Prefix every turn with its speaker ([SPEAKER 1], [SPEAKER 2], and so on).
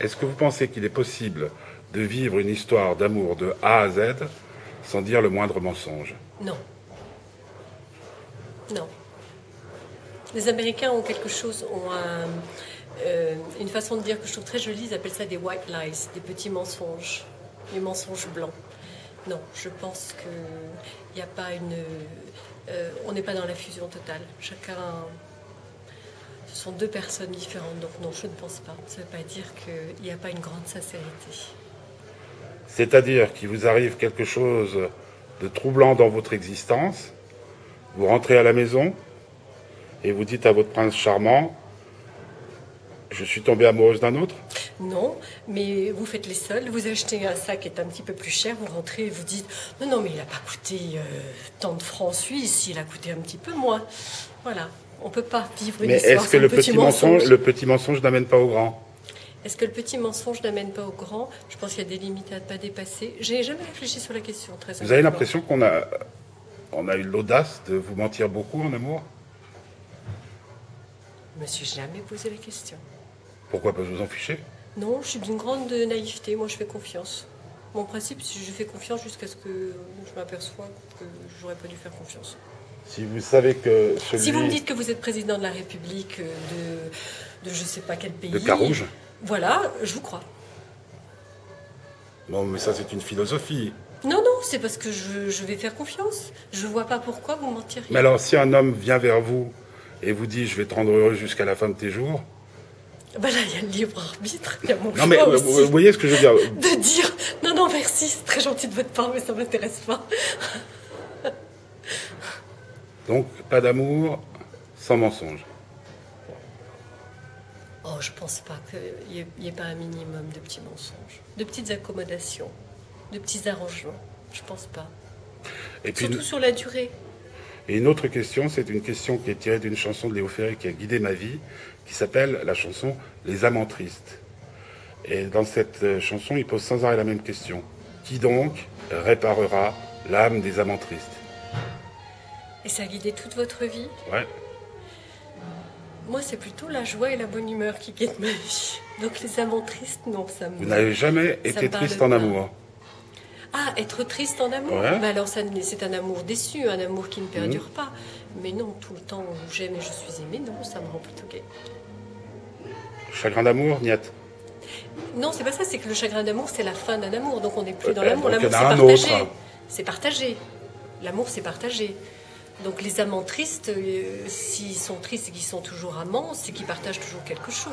[SPEAKER 1] Est-ce que vous pensez qu'il est possible de vivre une histoire d'amour de A à Z sans dire le moindre mensonge
[SPEAKER 2] Non. Non. Les Américains ont quelque chose, ont un, euh, une façon de dire que je trouve très jolie, ils appellent ça des white lies, des petits mensonges, des mensonges blancs. Non, je pense qu'il n'y a pas une. euh, on n'est pas dans la fusion totale. Chacun. Ce sont deux personnes différentes, donc non, je ne pense pas. Ça ne veut pas dire qu'il n'y a pas une grande sincérité.
[SPEAKER 1] C'est-à-dire qu'il vous arrive quelque chose de troublant dans votre existence, vous rentrez à la maison et vous dites à votre prince charmant Je suis tombée amoureuse d'un autre
[SPEAKER 2] Non, mais vous faites les soldes, vous achetez un sac qui est un petit peu plus cher, vous rentrez et vous dites Non, non, mais il n'a pas coûté euh, tant de francs suisses, il a coûté un petit peu moins. Voilà, on ne peut pas vivre une
[SPEAKER 1] Mais
[SPEAKER 2] histoire
[SPEAKER 1] est-ce que
[SPEAKER 2] sans
[SPEAKER 1] le petit, mensonge, le petit mensonge n'amène pas au grand
[SPEAKER 2] Est-ce que le petit mensonge n'amène pas au grand Je pense qu'il y a des limites à ne pas dépasser. J'ai jamais réfléchi sur la question, très
[SPEAKER 1] Vous avez
[SPEAKER 2] sincèrement.
[SPEAKER 1] l'impression qu'on a, on a eu l'audace de vous mentir beaucoup en amour
[SPEAKER 2] Je me suis jamais posé la question.
[SPEAKER 1] Pourquoi pas vous en ficher
[SPEAKER 2] Non, je suis d'une grande naïveté. Moi, je fais confiance. Mon principe, c'est que je fais confiance jusqu'à ce que je m'aperçois que j'aurais pas dû faire confiance.
[SPEAKER 1] Si vous savez que celui
[SPEAKER 2] Si vous me dites que vous êtes président de la République euh, de, de je sais pas quel pays.
[SPEAKER 1] de Carouge,
[SPEAKER 2] Voilà, je vous crois.
[SPEAKER 1] non mais ça c'est une philosophie.
[SPEAKER 2] Non, non, c'est parce que je, je vais faire confiance. Je vois pas pourquoi vous mentiriez.
[SPEAKER 1] Mais alors si un homme vient vers vous et vous dit je vais te rendre heureux jusqu'à la fin de tes jours,
[SPEAKER 2] Bah là, il y a le libre arbitre, il y a mon
[SPEAKER 1] non mais
[SPEAKER 2] choix
[SPEAKER 1] vous,
[SPEAKER 2] aussi.
[SPEAKER 1] vous voyez ce que je veux dire
[SPEAKER 2] De dire non, non, merci, c'est très gentil de votre part, mais ça m'intéresse pas.
[SPEAKER 1] Donc pas d'amour sans mensonge.
[SPEAKER 2] Oh, je pense pas qu'il n'y ait, y ait pas un minimum de petits mensonges, de petites accommodations, de petits arrangements. Je pense pas.
[SPEAKER 1] Et puis
[SPEAKER 2] Surtout sur la durée.
[SPEAKER 1] et une autre question, c'est une question qui est tirée d'une chanson de Léo Ferré qui a guidé ma vie, qui s'appelle la chanson Les amants tristes. Et dans cette euh, chanson, il pose sans arrêt la même question. Qui donc réparera l'âme des amants tristes
[SPEAKER 2] Et ça a guidé toute votre vie.
[SPEAKER 1] Ouais.
[SPEAKER 2] Moi, c'est plutôt la joie et la bonne humeur qui guident ma vie. Donc les amants tristes, non, ça me.
[SPEAKER 1] Vous n'avez jamais
[SPEAKER 2] Ça
[SPEAKER 1] été
[SPEAKER 2] me parle
[SPEAKER 1] triste en
[SPEAKER 2] pas.
[SPEAKER 1] amour.
[SPEAKER 2] Ah, être triste en amour.
[SPEAKER 1] Ouais. Mhm.
[SPEAKER 2] Bah alors, ça ne- c'est un amour déçu, un amour qui ne perdure pas. Mais non, tout le temps où j'aime et je suis aimée, non, ça me rend plutôt gaie.
[SPEAKER 1] Chagrin d'amour, niette.
[SPEAKER 2] Non, c'est pas ça, c'est que le chagrin d'amour, c'est la fin d'un amour, donc on n'est plus dans
[SPEAKER 1] Euh,
[SPEAKER 2] l'amour.
[SPEAKER 1] donc il y en
[SPEAKER 2] L'amour,
[SPEAKER 1] a
[SPEAKER 2] c'est
[SPEAKER 1] un
[SPEAKER 2] partagé.
[SPEAKER 1] autre. hein.
[SPEAKER 2] C'est partagé. L'amour, c'est partagé. Donc les amants tristes, euh, s'ils sont tristes et qu'ils sont toujours amants, c'est qu'ils partagent toujours quelque chose.